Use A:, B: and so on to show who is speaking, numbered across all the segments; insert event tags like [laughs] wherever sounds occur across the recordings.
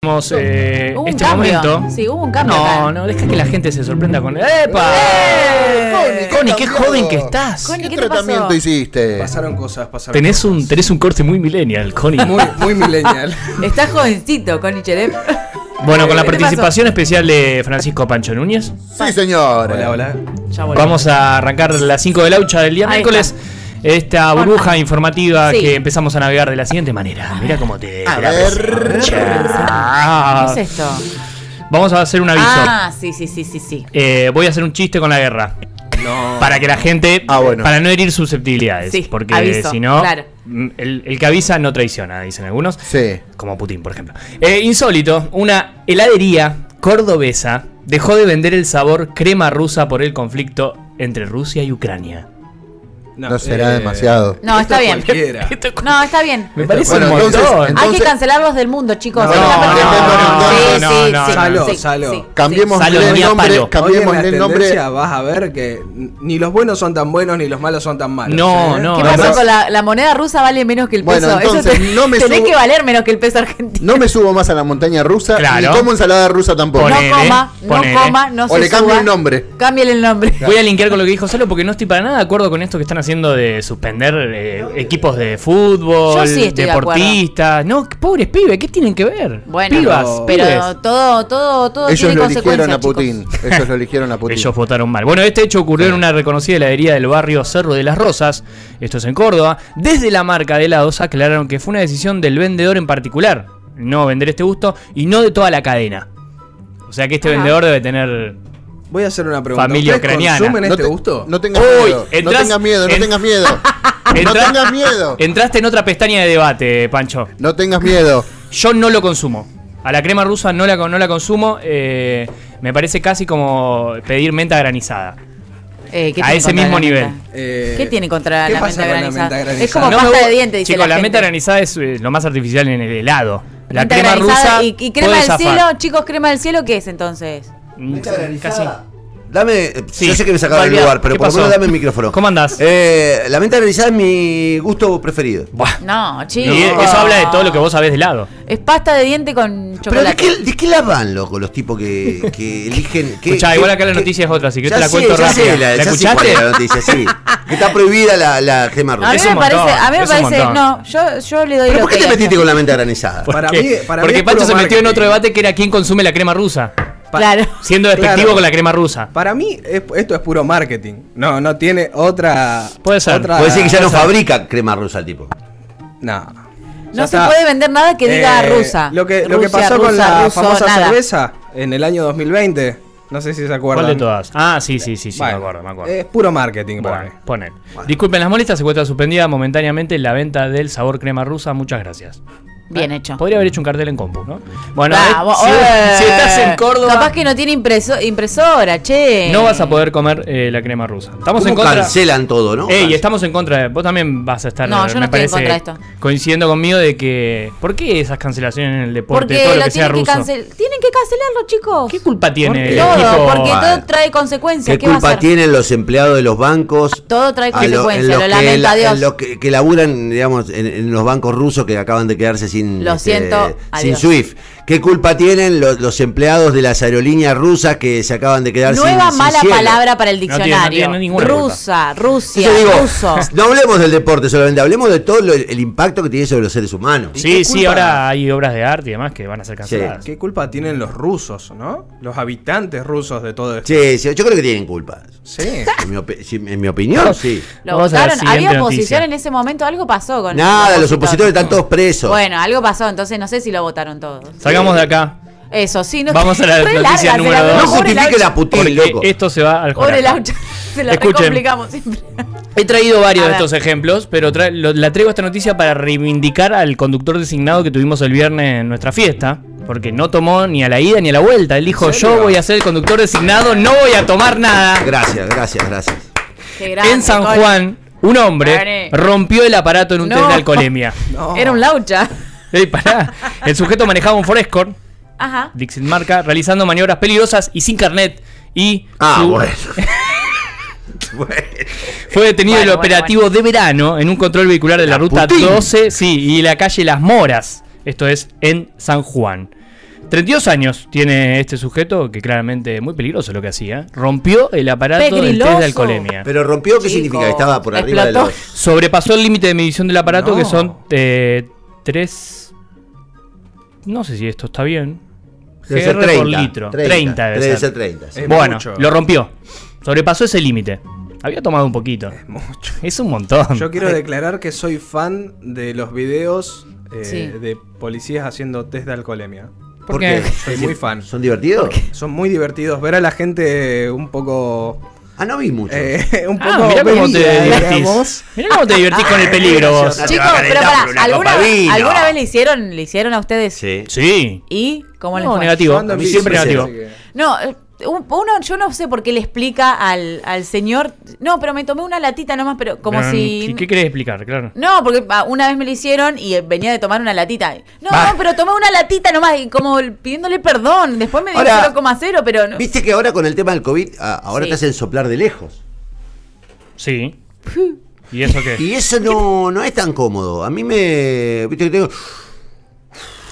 A: Tenemos eh,
B: Hubo un
A: este
B: cambio.
A: momento.
B: Sí, hubo un cambio
A: No,
B: acá.
A: no, deja que la gente se sorprenda con. ¡Epa!
C: ¡Eh!
A: Connie, qué
C: cambiado!
A: joven que estás.
B: Connie,
C: ¿Qué,
B: ¿qué te
C: tratamiento
B: pasó?
C: hiciste?
D: Pasaron cosas, pasaron
A: Eh, Tenés
D: cosas.
A: un, tenés un corte muy millennial, Connie.
D: Muy,
A: [laughs]
D: muy millennial.
B: Estás jovencito, Connie Cherep.
A: Bueno, con la
B: ¿Qué te
A: participación especial de Francisco Pancho Núñez,
C: Sí, señor.
D: Hola, hola.
B: Ya volvemos.
A: vamos a arrancar las 5 de la hucha del día
B: Ahí
A: miércoles. Esta
B: Por-
A: burbuja informativa
B: Sí.
A: que empezamos a navegar de la siguiente manera. Mira cómo te.
C: A
A: te la
C: ver.
A: presenta.
B: ¿Qué es esto?
A: Vamos a hacer un aviso.
B: Ah, sí, sí, sí, sí, sí.
A: Eh, voy a hacer un chiste con la guerra.
D: No.
A: Para que la gente.
C: Ah, bueno.
A: Para no herir susceptibilidades.
B: Sí,
A: porque
B: aviso,
A: si no.
B: claro.
A: mm, El, el que avisa no traiciona, dicen algunos.
C: Sí.
A: Como Putin, por ejemplo. Eh, insólito, una heladería cordobesa dejó de vender el sabor crema rusa por el conflicto entre Rusia y
B: [laughs]
A: Ucrania.
C: No será
A: eh,
C: demasiado.
B: No,
D: esto
B: está bien.
D: Cualquiera.
B: No, está bien.
A: Me
D: Esto-
A: parece
D: bueno,
A: un montón.
C: entonces-
B: Hay que
C: Entonces-
B: cancelarlos del mundo, chicos.
D: No,
B: Es una
D: no,
B: parte-
A: no,
B: Sí, sí,
A: no,
B: sí,
A: no,
D: no.
B: sí, sí,
D: Salo,
B: sí.
C: Cambiemos
A: Salo,
C: el
A: doña
C: nombre.
A: Palo.
D: Hoy en
C: Cambiemos
D: la
C: el nombre.
D: tendencia vas a ver que ni los buenos son tan buenos ni los malos son tan malos.
A: No,
D: ¿eh?
A: no,
B: ¿Qué
A: no,
B: pasó
A: pero-
B: con la, la moneda rusa vale menos que el peso?
C: Bueno, entonces,
B: Eso te-
C: no me
B: tenés
C: subo-
B: que valer menos que el peso argentino.
C: No me subo más a la montaña rusa.
A: Claro.
C: Ni como ensalada rusa tampoco.
A: Ponele,
B: no coma,
A: ponele.
B: no coma, no
C: O
B: se
C: le cambio
B: suba.
C: el nombre.
B: Cámbiale el nombre.
A: Voy a linkear con lo que dijo Salo porque no estoy para nada de acuerdo con esto que están haciendo de suspender eh, equipos de fútbol,
B: Yo sí estoy de
A: deportistas. no, qué pobres pibes, ¿qué tienen que ver?
B: Bueno,
A: Pibas,
B: pero
A: pibes.
B: todo, todo, todo
C: Ellos
B: tiene
C: lo
B: consecuencias.
C: eligieron a
B: chicos.
C: Putin. Ellos lo eligieron a Putin.
A: Ellos votaron mal. Bueno, este hecho ocurrió en una reconocida heladería del barrio Cerro de las Rosas, esto es en Córdoba. Desde la marca de helados aclararon que fue una decisión del vendedor en particular, no vender este gusto y no de toda la cadena. O sea que este
B: Ajá.
A: vendedor debe tener...
D: Voy a hacer una pregunta.
A: Familia
D: ¿Ustedes
A: ucraniana.
D: consumen
C: No
D: este
C: te-
D: gusto?
C: No tengas
A: Uy,
C: miedo.
A: entras-
C: no tengas miedo. No
A: en-
C: tengas miedo.
A: Entra-
C: Ah, tengas miedo.
A: [laughs] Entraste en otra pestaña de debate, Pancho.
C: No tengas miedo.
A: Yo no lo consumo. A la crema rusa no la, no la consumo. eh, me parece casi como pedir menta granizada.
B: Eh, ¿qué
A: A
B: tiene
A: ese
B: contra
A: mismo
B: la
A: nivel.
B: menta?
D: Eh,
B: ¿Qué tiene contra
D: ¿qué
B: la,
D: pasa
B: menta
D: con la menta
B: granizada?
D: granizada?
B: Es como
A: No me
B: Oh, pasta
A: gu-
B: de dientes, dice
A: Chicos, la,
B: gente.
A: menta granizada es eh, lo más artificial en el helado. La
B: Menta
A: crema
B: granizada
A: rusa.
B: y, y crema
A: puede
B: del
A: zafar.
B: cielo. Chicos, crema del cielo, ¿qué es entonces?
A: Mm,
E: Dame, eh,
A: Sí.
E: yo sé que me sacaron el
A: Volvió.
E: lugar, pero
A: ¿Qué
E: por lo
A: pasó?
E: menos dame el micrófono.
A: ¿Cómo andás?
E: Eh, la menta granizada es mi gusto preferido.
A: Buah.
B: No,
A: Y
B: chicos.
A: eso habla de todo lo que vos sabés de helado.
B: Es pasta de diente con
E: ¿Pero de
B: chocolate.
E: qué, de qué la van, loco, los tipos que,
A: [laughs]
E: que eligen? Que,
A: Escuchá,
E: que-
A: igual acá la
E: que-
A: noticia es otra, así que
E: Ya
A: te la
E: sé,
A: cuento
E: ya sé
A: rápido. ¿La
E: ya sé
A: escuchaste?
E: cuál es La
A: [laughs]
E: noticia, sí. Que está prohibida la, la crema
B: a
E: rusa.
B: mí
A: es
B: me
A: un
B: parece,
A: montón,
B: a mí me
A: es un
B: parece,
A: montón.
B: no, yo, yo le doy
E: ¿Pero
B: lo
E: por qué
B: que
E: te
B: a ella.
E: metiste con la menta granizada?
A: ¿Por
D: Para
A: qué?
D: mí- para mí
A: Porque
D: es
A: Pancho
D: puro
A: se metió en
D: marketing.
A: otro debate que era quién consume la crema rusa.
B: Claro.
A: Siendo despectivo
D: Claro.
A: con la crema rusa.
D: Para mí es- esto es puro marketing. No, no tiene otra.
A: Puede ser.
D: Otra,
E: Puede decir que ya no fabrica crema rusa el tipo.
D: No.
B: No
D: Ya
B: se
D: está.
B: puede vender nada que diga
D: Eh,
B: rusa.
D: Lo que, lo que
B: Rusia,
D: pasó con
B: rusa,
D: la
B: ruso,
D: famosa
B: nada.
D: cerveza en el año 2020. No sé si se acuerdan.
A: ¿Cuál de todas? Ah, sí, sí, sí, sí,
D: Bueno, eh,
A: me acuerdo, me acuerdo.
D: Es puro marketing para mí.
A: Bueno, ponen. Disculpen las molestias, se encuentra suspendida momentáneamente la venta del sabor crema rusa. Muchas gracias.
B: [laughs]
A: Ah,
B: Bien hecho.
A: Podría haber hecho un cartel en compu, ¿no? Bueno,
B: Bravo,
A: eh, si,
B: eh.
A: si estás en Córdoba,
B: Capaz que no tiene impreso- impresora, che.
A: no vas a poder comer eh, la crema rusa. Estamos
E: ¿Cómo
A: en contra.
E: cancelan todo, no?
A: Ey, estamos en contra. de- Vos también vas a estar.
B: No, yo no
A: me
B: estoy en
A: parece,
B: contra de esto.
A: Coincidiendo conmigo de que. ¿Por qué esas cancelaciones en el deporte?
B: Porque
A: todo lo
B: lo
A: que sea
B: tienen que
A: ruso.
B: cancelar. Tienen que cancelarlo, chicos.
A: ¿Qué culpa tiene el
E: qué?
B: todo,
A: equipo?
B: porque
E: Vale.
B: todo trae consecuencias.
E: ¿Qué
B: ¿Qué, va a
E: culpa
B: hacer?
E: tienen los empleados de los bancos?
B: Todo trae
E: a lo-
B: consecuencias,
E: en los
B: lo
E: que
B: lamenta
E: la- en
B: Dios.
E: los que, que laburan, digamos, en, en los bancos rusos que acaban de quedarse sin, este,
B: Lo siento,
E: sin
B: adiós.
E: SWIFT. ¿Qué culpa tienen lo- los, empleados de las aerolíneas rusas que se acaban de quedar sin
B: Nueva
E: sin
B: mala
E: cielo?
B: palabra para el
A: No tiene- no
B: diccionario.
A: tiene ninguna culpa.
B: Rusa, Rusia,
E: Entonces digo, [laughs]
B: ruso.
E: no hablemos del deporte solamente, hablemos de todo lo- el impacto que tiene sobre los seres humanos.
A: Sí,
D: qué
A: sí,
D: culpa?
A: ahora hay obras de arte y demás que van a ser canceladas.
D: ¿Qué culpa tienen los rusos, no? Los habitantes rusos de todo esto.
E: Sí, sí, yo creo que tienen culpa.
A: [laughs]
D: Sí.
E: En mi, opi- sí, en mi opinión, sí.
B: Lo
A: Vamos a la
B: votaron.
A: siguiente
B: Había oposición
A: noticia.
B: en ese momento. Algo pasó con.
E: Nada, los opositores están todos presos.
B: Bueno, algo pasó, entonces no sé si lo votaron todos.
A: Salgamos de acá.
B: Eso, sí, no
A: Vamos a la
B: re
A: noticia
B: se la
A: número
B: re-
A: dos.
E: no
A: pobre
E: justifique
B: laucha.
E: la
A: Porque
E: Putin, loco.
A: esto se va al
B: Pobre
A: joraca.
B: laucha. [laughs] Se la
A: Escuchen. [laughs]
B: recomplicamos siempre.
A: He traído varios
B: A
A: de
B: ver.
A: estos ejemplos, pero tra- lo- la traigo esta noticia para reivindicar al conductor designado que tuvimos el viernes en nuestra fiesta, porque no tomó ni a la ida ni a la vuelta. Él dijo, yo voy a ser el conductor designado, no voy a tomar
B: ah.
A: nada.
E: Gracias, gracias, gracias.
B: Qué grande,
A: en San
B: Cole.
A: Juan, un hombre
B: Dale.
A: rompió el aparato en un
B: No.
A: test de alcoholemia.
B: [laughs]
D: No.
B: Oh. Era un laucha.
A: Ey, pará. El sujeto manejaba un Ford Escort,
B: Ajá.
A: Dixit marca, realizando maniobras peligrosas y sin carnet. Y
E: Ah,
A: su-
E: bueno. bueno.
A: Fue detenido
B: Bueno,
A: el
B: bueno,
A: operativo de verano en un control vehicular de la, ruta
E: Putin.
A: 12, sí, y la calle Las Moras. Esto es en San Juan. 32 años tiene este sujeto, que claramente muy peligroso lo que hacía. Rompió el aparato del test
B: Pegriloso.
A: de alcoholemia.
E: Pero rompió, ¿qué
B: Chico,
E: significa? Que Estaba por arriba de
B: explotó.
E: los.
A: [laughs] Sobrepasó el límite de medición del aparato,
D: No.
A: que son eh, 3. No sé si esto está bien.
E: Debe ser
A: GR por litro. 30, debe
E: Debe
A: ser. Eh,
E: ser 30. sí.
D: Es
A: Bueno,
D: mucho.
A: lo rompió. Sobrepasó ese límite. Había tomado un poquito.
D: Mucho.
A: [laughs] Es un montón.
D: Yo quiero declarar que soy fan de los videos eh,
B: Sí.
D: de policías haciendo test de alcoholemia.
A: ¿Por
E: qué?
A: qué?
D: Soy muy fan.
E: ¿Son divertidos?
D: Son muy divertidos ver a la gente un poco.
E: Ah, no vi mucho.
D: eh, [laughs] un poco.
A: Ah, mirá cómo te
D: bebida, eh,
A: divertís.
D: digamos.
A: Mirá cómo te divertís con el
D: [laughs]
A: peligro vos.
E: gracioso.
B: Chicos,
E: va a
B: pero
E: calentar
B: pará,
E: por una
B: ¿alguna,
E: copa de vino.
B: ¿alguna vez le hicieron, le hicieron a ustedes?
E: Sí.
A: Sí.
B: ¿Y cómo les
A: No,
B: fue?
A: negativo.
D: Yo
A: A
D: ando en
A: mí
D: bici,
A: siempre
D: así
A: negativo.
D: que-
B: No, eh, un- uno, yo no sé por qué le explica al, al señor. No, pero me tomé una latita nomás, pero como
A: Pero,
B: si.
A: ¿y ¿Qué querés explicar? Claro.
B: No, porque ah, una vez me lo hicieron y eh, venía de tomar una latita. No,
A: Bah.
B: no, pero tomé una latita nomás, y como el- pidiéndole perdón. Después me dio
E: Ahora,
B: 0,0, pero no.
E: Viste que ahora con el tema del COVID, a- ahora
B: Sí.
E: te hacen soplar de lejos.
B: [laughs]
A: Sí. ¿Y eso qué?
E: Y eso no, no es tan cómodo. A mí me. Viste que tengo.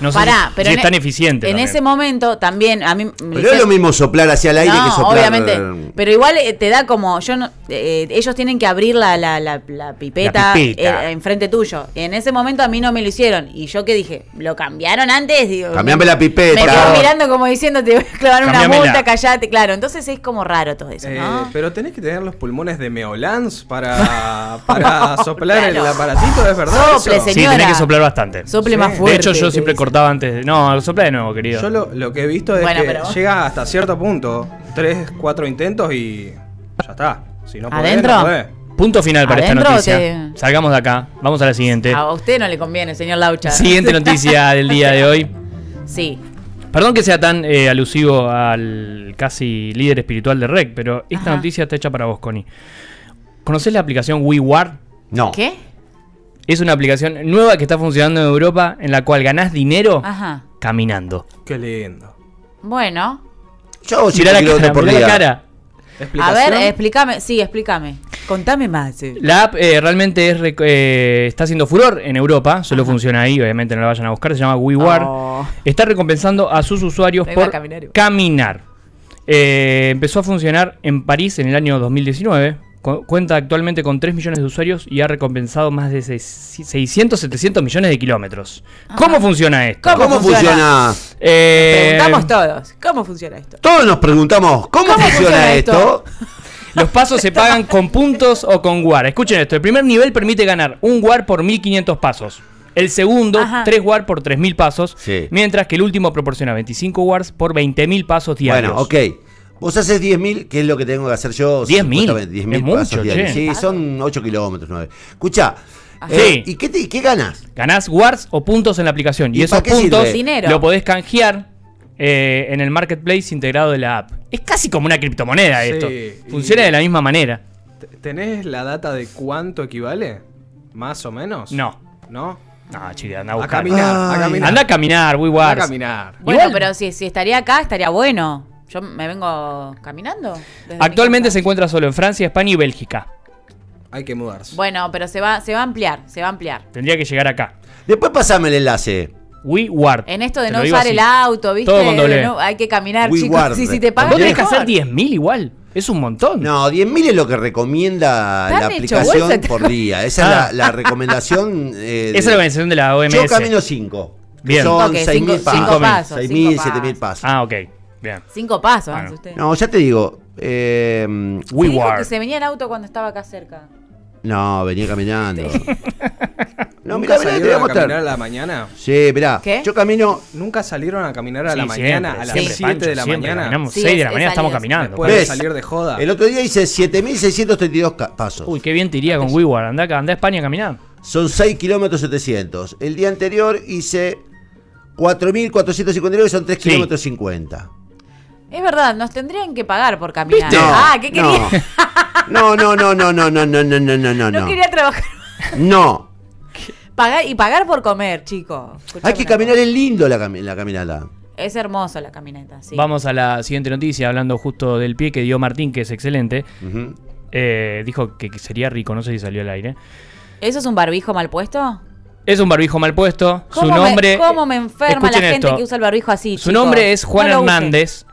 A: No sé
B: Pará,
A: si-
B: pero
A: si
B: en- e
A: es tan eficiente.
B: En
A: también.
B: ese momento también a mí. me
E: Pero
B: hicieron-
E: es lo mismo soplar hacia el aire
B: no,
E: que soplar.
B: obviamente. Pero igual eh, te da como. yo no- eh, Ellos tienen que abrir la, la- la- la pipeta,
A: La pipeta.
B: eh, enfrente tuyo. En ese momento a mí no me lo hicieron. Y yo que dije, ¿lo cambiaron antes? Digo,
E: Cambiame
B: me-
E: la pipeta.
B: Me
E: Por
B: quedo
E: favor.
B: mirando como diciendo, te voy a clavar una
A: Cambiámela.
B: multa, callate. Claro, entonces es como raro todo eso,
D: Eh,
A: "Ah".
B: ¿no?
D: Pero tenés que tener los pulmones de Meolans para,
A: [laughs]
D: para soplar el
B: Claro.
D: aparatito, ¿es verdad?
B: Sople,
D: eso?
A: Sí,
B: Señora.
A: tenés que soplar bastante.
B: Sople
D: Sí.
B: más
D: De
B: fuerte.
A: de hecho, yo
B: te
A: siempre
B: dice.
A: cortaba antes. de- No, sopla de nuevo, querido.
D: Yo lo, lo que he visto es
B: Bueno,
D: que
B: pero vos-
D: llega hasta cierto punto. Tres, cuatro intentos y ya está. Si no podés,
B: ¿Adentro?
D: no podés.
A: Punto final para esta
B: Adentro
A: noticia.
B: te-
A: Salgamos de acá. Vamos a la siguiente.
B: A usted no le conviene, señor
A: [laughs]
B: Laucha.
A: Siguiente
B: [laughs]
A: noticia del día de hoy.
B: Sí.
A: Perdón que sea tan eh, alusivo al casi líder espiritual de REC, pero esta
B: Ajá.
A: noticia está hecha para vos, Connie. ¿Conocés la aplicación WeWard?
E: No.
B: ¿Qué?
A: Es una aplicación nueva que está funcionando en Europa en la cual ganás dinero
B: Ajá.
A: caminando.
D: Qué lindo.
B: Bueno.
E: Yo hago 5
A: Mirá la
E: kilómetros
A: cara,
E: por
A: mirá la
E: día.
A: cara.
B: A
D: ¿Explicación?
B: ver, explícame. Sí, explícame. Contame más. sí.
A: La app eh, realmente es rec- eh, está haciendo furor en Europa, solo funciona ahí, obviamente no la vayan a buscar, se llama WeWard.
B: Oh.
A: Está recompensando a sus usuarios
B: Me iba a
A: por
B: caminar igual.
A: caminar. Eh, empezó a funcionar en París en el año 2019. Cu- Cuenta actualmente con 3 millones de usuarios y ha recompensado más de seis- 600, 700 millones de kilómetros. ¿Cómo funciona esto?
B: ¿Cómo
E: ¿Cómo,
B: funciona?
E: funciona?
A: Eh,
B: Preguntamos todos. ¿Cómo funciona esto?
E: Todos nos preguntamos, ¿cómo, funciona,
B: funciona
E: esto?
A: Los pasos se pagan con puntos o con war. Escuchen esto, el primer nivel permite ganar un war por 1500 pasos. El segundo,
B: Ajá.
A: 3 war por 3000 pasos,
E: Sí.
A: mientras que el último proporciona 25 wars por 20000 pasos diarios.
E: Bueno, ok. Vos haces 10.000, que es lo que tengo que hacer yo.
A: 10.000,
E: supuestamente,
A: es
E: 10.000
A: mucho,
E: pasos diarios.
A: che.
E: Sí, son 8 kilómetros, 9. Escucha.
A: Ajá. Sí.
E: ¿Y qué, te- qué ganas?
A: Ganás wards o puntos en la aplicación. Y,
E: ¿Y
A: esos
E: para qué
A: puntos
E: sirve?
B: Dinero.
A: lo podés canjear eh, en el marketplace integrado de la app. Es casi como una criptomoneda
D: Sí,
A: esto.
D: y-
A: Funciona de la misma manera.
D: T- ¿Tenés la data de cuánto equivale? ¿Más o menos?
A: No.
D: ¿No?
A: No, chile, anda a
D: A
A: buscar.
D: caminar, a
E: Ay.
D: caminar.
A: Anda a caminar, we
D: Anda a
A: wards.
D: caminar.
B: Bueno,
A: Igual-
B: pero si, si estaría acá, estaría bueno. Yo me vengo caminando. desde mi
A: Actualmente
B: casa.
A: se encuentra solo en Francia, España y Bélgica.
D: Hay que mudarse.
B: Bueno, pero se va, se va a ampliar, se va a ampliar.
A: Tendría que llegar acá.
E: Después pasame el enlace.
A: WeWard.
B: En esto de
A: Te
B: no
A: lo digo
B: usar
A: así.
B: el auto, ¿viste?
A: Todo con doble
B: De
A: B.
B: no- hay que caminar,
E: We
B: chicos.
E: guard.
B: [laughs] Si, si te pagan
A: Vos tenés que
B: mejor.
A: hacer 10.000 igual. Es un montón.
E: No, 10.000 es lo que recomienda
B: Están
E: la
B: hecho
E: aplicación
B: bolsa, te-
E: por día. Esa
A: Ah.
E: es la, la recomendación. eh, de-
A: Esa es la organización de la OMS.
E: Yo camino 5.
A: Bien.
E: Son
B: Ok,
E: 6.000
B: cinco- cinco
E: pasos.
B: pasos,
E: 6.000,
B: cinco
E: 7.000
B: pasos.
E: pasos.
A: Ah, ok. Bien.
B: Cinco pasos,
A: Bueno.
B: hace usted.
E: No, ya te digo. eh,
B: Se dijo que
A: WeWard.
B: se venía en auto cuando estaba acá cerca.
E: no, venía caminando. No,
D: ¿Nunca
E: mirá, mirá, te voy a
D: salieron a
E: mostrar.
D: caminar a la mañana?
E: Sí, mirá.
B: ¿Qué?
E: Yo camino.
D: ¿Nunca salieron a caminar a la
A: Sí,
D: mañana?
A: siempre,
D: a las
A: siempre,
D: 7 de
A: Pancho,
D: la
A: siempre.
D: mañana.
A: Caminamos
B: Sí,
A: 6 de
B: es-
A: la
B: es
A: mañana, estamos
B: alias.
A: caminando.
D: Después de
E: ¿Ves?
D: salir de joda.
E: El otro día hice 7.632 ca- pasos.
A: Uy, qué bien te iría con WeWard. Andá, acá, andá a España a caminar.
E: Son 6 kilómetros 700. El día anterior hice 4.459, son 3
A: Sí.
E: kilómetros 50.
B: Es verdad, nos tendrían que pagar por caminar.
A: ¿Viste?
B: Ah, ¿qué quería? [laughs] No,
E: No, no, no, no, no, no, no, no, no, no, no. No,
B: quería trabajar. [laughs]
E: no.
B: Pagar, y pagar por comer, chicos. Escuchame
E: Hay que
B: una
E: caminar, es lindo la, cami- la caminata.
B: cosa. Es hermoso la caminata, sí.
A: Vamos a la siguiente noticia, hablando justo del pie que dio Martín, que es excelente.
E: Ujú.
A: Eh, dijo que sería rico, no sé si salió al aire.
B: ¿Eso es un barbijo mal puesto?
A: Es un barbijo mal puesto. Su
B: ¿Cómo me-
A: nombre.
B: cómo me enferma la
A: Escuchen
B: gente
A: esto.
B: que usa el barbijo así?
A: Su
B: chicos?
A: nombre es
B: No
A: Juan
B: lo usen.
A: Hernández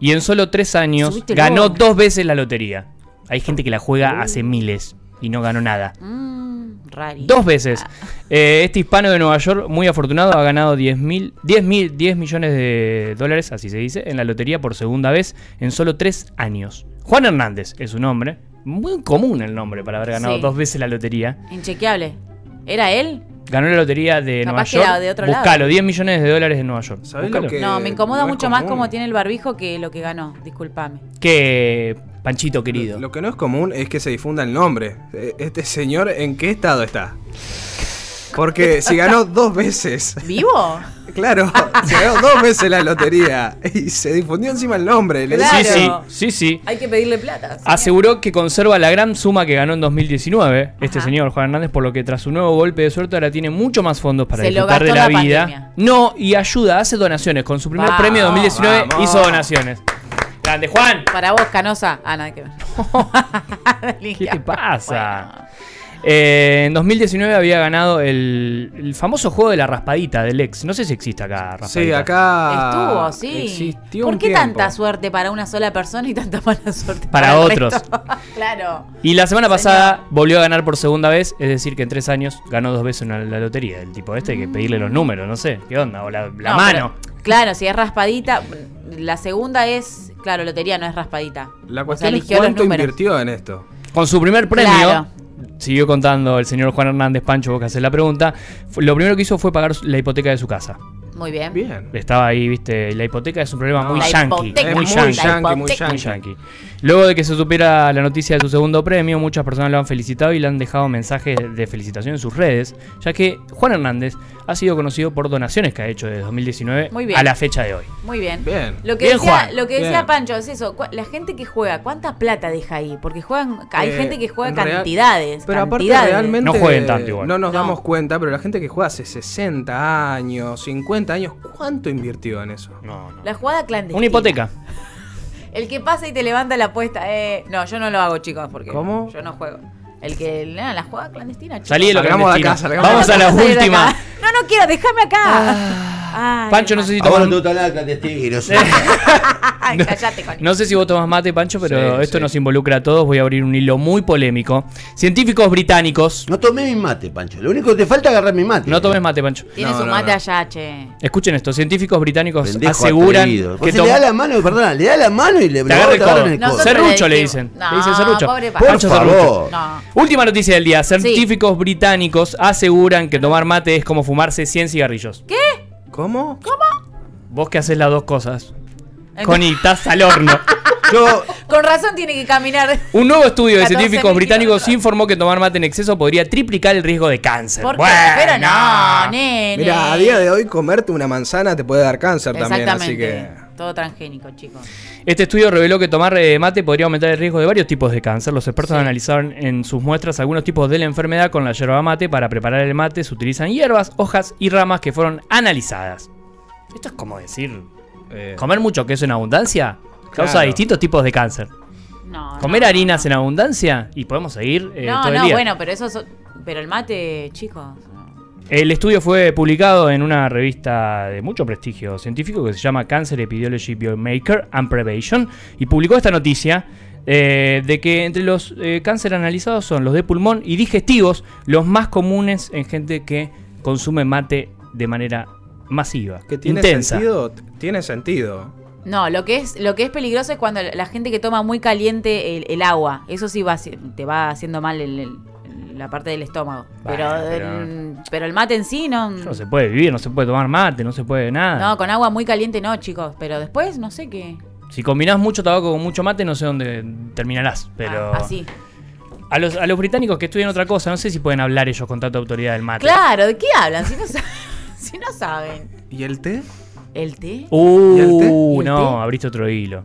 A: y en solo tres años
B: Subiste Uh.
A: ganó
B: vos.
A: dos veces la lotería. Hay gente que la juega hace miles y no ganó nada.
B: Mm, rari.
A: Dos veces. Eh, este hispano de Nueva York, muy afortunado, ha ganado 10, mil, 10, mil, 10 millones de dólares, así se dice, en la lotería por segunda vez en solo tres años. Juan Hernández es su nombre. Muy común el nombre para haber ganado
B: Sí.
A: dos veces la lotería.
B: Inchequeable. ¿Era él?
A: Ganó la lotería de
B: Capaz
A: Nueva
B: que era
A: York.
B: de otro lado.
A: Buscalo, 10 millones de dólares de Nueva York.
D: ¿Sabés
A: Buscalo.
D: lo que- Eh,
B: no, me incomoda
D: no es
B: mucho más
D: común.
B: cómo tiene el barbijo que lo que ganó. Discúlpame.
A: Que Panchito querido.
D: Lo que no es común es que se difunda el nombre. Eh, Este señor, ¿en qué estado está? Porque
B: [laughs]
D: si ganó dos veces.
B: ¿Vivo?
D: Claro, se ganó dos veces la lotería. Y se difundió encima el nombre. Le
B: Claro.
A: Sí, sí, sí, sí.
B: [laughs] Hay que pedirle plata. señor.
A: Aseguró que conserva la gran suma que ganó en 2019 este
B: Ajá.
A: señor Juan Hernández, por lo que tras su nuevo golpe de suerte ahora tiene mucho más fondos para
B: Se lo
A: disfrutar de
B: gastó
A: la,
B: en la
A: vida.
B: pandemia.
A: No, y ayuda, hace donaciones. Con su primer
B: Vamos,
A: premio de 2019
D: vamos.
A: hizo donaciones. Grande Juan.
B: Para vos, Canosa. Ah, nada
A: [laughs]
B: que ver.
A: ¿Qué te pasa? Eh, en 2019 había ganado el, el famoso juego de la raspadita del ex. No sé si existe acá raspadita.
D: Sí, acá.
B: Estuvo, sí.
D: Ah, existió
B: ¿Por
D: un
B: qué
D: tiempo.
B: tanta suerte para una sola persona y tanta mala suerte
A: Para
B: el
A: otros.
B: resto? [laughs] claro.
A: Y la semana
B: Señor.
A: pasada volvió a ganar por segunda vez, es decir, que en tres años ganó dos veces una- la lotería. El tipo este, hay que pedirle los números, no sé, ¿qué onda? O la, la
B: No,
A: mano.
B: pero- claro, si es raspadita. La segunda es. Claro, lotería no es raspadita.
D: La
B: O
D: cuestión
B: sea,
D: es
B: eligió los
D: cuánto
B: números.
D: invirtió en esto.
A: Con su primer premio,
B: Claro.
A: siguió contando el señor Juan Hernández Pancho, vos que hacés la pregunta, fu- lo primero que hizo fue pagar la hipoteca de su casa.
B: Muy bien.
D: Bien.
A: Estaba ahí, viste, la hipoteca es un problema
D: No.
A: muy
B: La
A: yankee.
B: hipoteca,
A: Muy
D: Es
A: yankee.
B: la
D: yankee, muy
B: hipoteca.
A: Muy yankee. Luego de que se supiera la noticia de su segundo premio, muchas personas lo han felicitado y le han dejado mensajes de felicitación en sus redes, ya que Juan Hernández ha sido conocido por donaciones que ha hecho desde 2019
B: Muy bien.
A: a la fecha de hoy.
B: Muy bien.
D: Bien.
B: Lo que
A: Bien,
B: decía,
A: Juan.
B: lo que decía
D: Bien.
B: Pancho es eso. cu- La gente que juega, ¿cuánta plata deja ahí? Porque juegan. Hay
D: Eh,
B: gente que juega
D: en real-
B: cantidades.
D: Pero aparte
B: cantidades.
D: realmente
A: No jueguen tanto igual.
D: no nos
B: No.
D: damos cuenta, pero la gente que juega hace 60 años, 50 años, ¿cuánto invirtió en eso?
B: La jugada clandestina.
A: Una hipoteca.
B: El que pasa y te levanta la apuesta. Eh, no, yo no lo hago, chicos, porque
D: ¿Cómo?
B: yo no juego. El que. nada, la jugada clandestina. chicos.
A: Salí de lo
D: Salgamos de acá,
A: clandestino.
D: salgamos
A: Vamos
D: de
A: a la
B: Salir de
A: última. Ah.
B: acá. No, no quiero, déjame acá. Ay,
A: Pancho, no sé si
E: A
A: tomas,
E: vos no te gusta nada el clandestino. sí.
B: [laughs] Ay, cállate con
A: no sé si vos tomás mate, Pancho, pero
D: Sí,
A: esto
D: sí.
A: nos involucra a todos. Voy a abrir un hilo muy polémico. Científicos británicos.
E: No tomé mi mate, Pancho. Lo único que te falta es agarrar mi mate.
A: No tomes mate, Pancho.
B: Tiene
D: No,
B: su
D: no,
B: mate
D: no.
B: allá, che.
A: Escuchen esto, científicos británicos
E: Pendejo
A: aseguran
E: atrevido. Vos
A: que
E: se le da
A: tom-
E: la mano, perdón, le da la mano y le
A: Te agarra el
E: agarran
A: codo.
E: el codo.
B: Nosotros
A: Serrucho le
B: dijimos-
A: dicen. le dicen
B: No,
A: serrucho.
B: pobre
E: Por
B: Pancho
E: favor.
B: No.
A: Última noticia del día. Científicos británicos aseguran que tomar mate es como fumarse 100 cigarrillos.
D: ¿Cómo?
A: Vos que haces las dos cosas. Conectás al horno.
E: Yo,
B: Con razón tiene que caminar.
A: Un nuevo
B: [laughs]
A: estudio de
B: 14.000
A: científicos británicos
B: kilómetros.
A: informó que tomar mate en exceso podría triplicar el riesgo de cáncer.
B: ¿Por qué?
A: Bueno.
B: Pero no, nene.
D: Mira, a día de hoy comerte una manzana te puede dar cáncer también, así que.
B: Exactamente. Todo transgénico, chicos.
A: Este estudio reveló que tomar eh, mate podría aumentar el riesgo de varios tipos de cáncer. Los expertos analizaron en sus muestras algunos tipos de la enfermedad con la yerba mate. Para preparar el mate se utilizan hierbas, hojas y ramas que fueron analizadas. Esto es como decir,
D: eh,
A: comer mucho queso en abundancia causa
D: Claro.
A: distintos tipos de cáncer.
B: No.
A: Comer
B: Ah, no,
A: harinas
B: no.
A: en abundancia y podemos seguir eh,
B: No,
A: todo el
B: no,
A: día.
B: bueno, pero eso. so- Pero el mate, chicos. no.
A: El estudio fue publicado en una revista de mucho prestigio científico que se llama Cancer Epidemiology Biomaker and Prevention y publicó esta noticia eh, de que entre los eh, cáncer analizados son los de pulmón y digestivos los más comunes en gente que consume mate de manera masiva,
D: que tiene
A: intensa.
D: sentido. Tiene sentido.
B: No, lo que es lo que es peligroso es cuando la gente que toma muy caliente el, el agua, eso sí va haci- te va haciendo mal el- el- la parte del estómago.
A: Bueno,
B: pero,
A: pero-
B: el, pero el mate en sí no
A: No se puede vivir, no se puede tomar mate, no se puede nada.
B: No, con agua muy caliente no, chicos, pero después no sé qué.
A: Si combinás mucho tabaco con mucho mate, no sé dónde terminarás. Pero
B: Ah, así.
A: A, los, a los británicos que estudian otra cosa, no sé si pueden hablar ellos con tanta autoridad del mate.
B: Claro, ¿de qué hablan? Si no, [laughs] sa- si no saben.
D: ¿Y el té?
B: ¿El té?
A: Uh,
D: ¿Y el té?
B: ¿Y el
A: no,
B: té?
A: abriste otro hilo.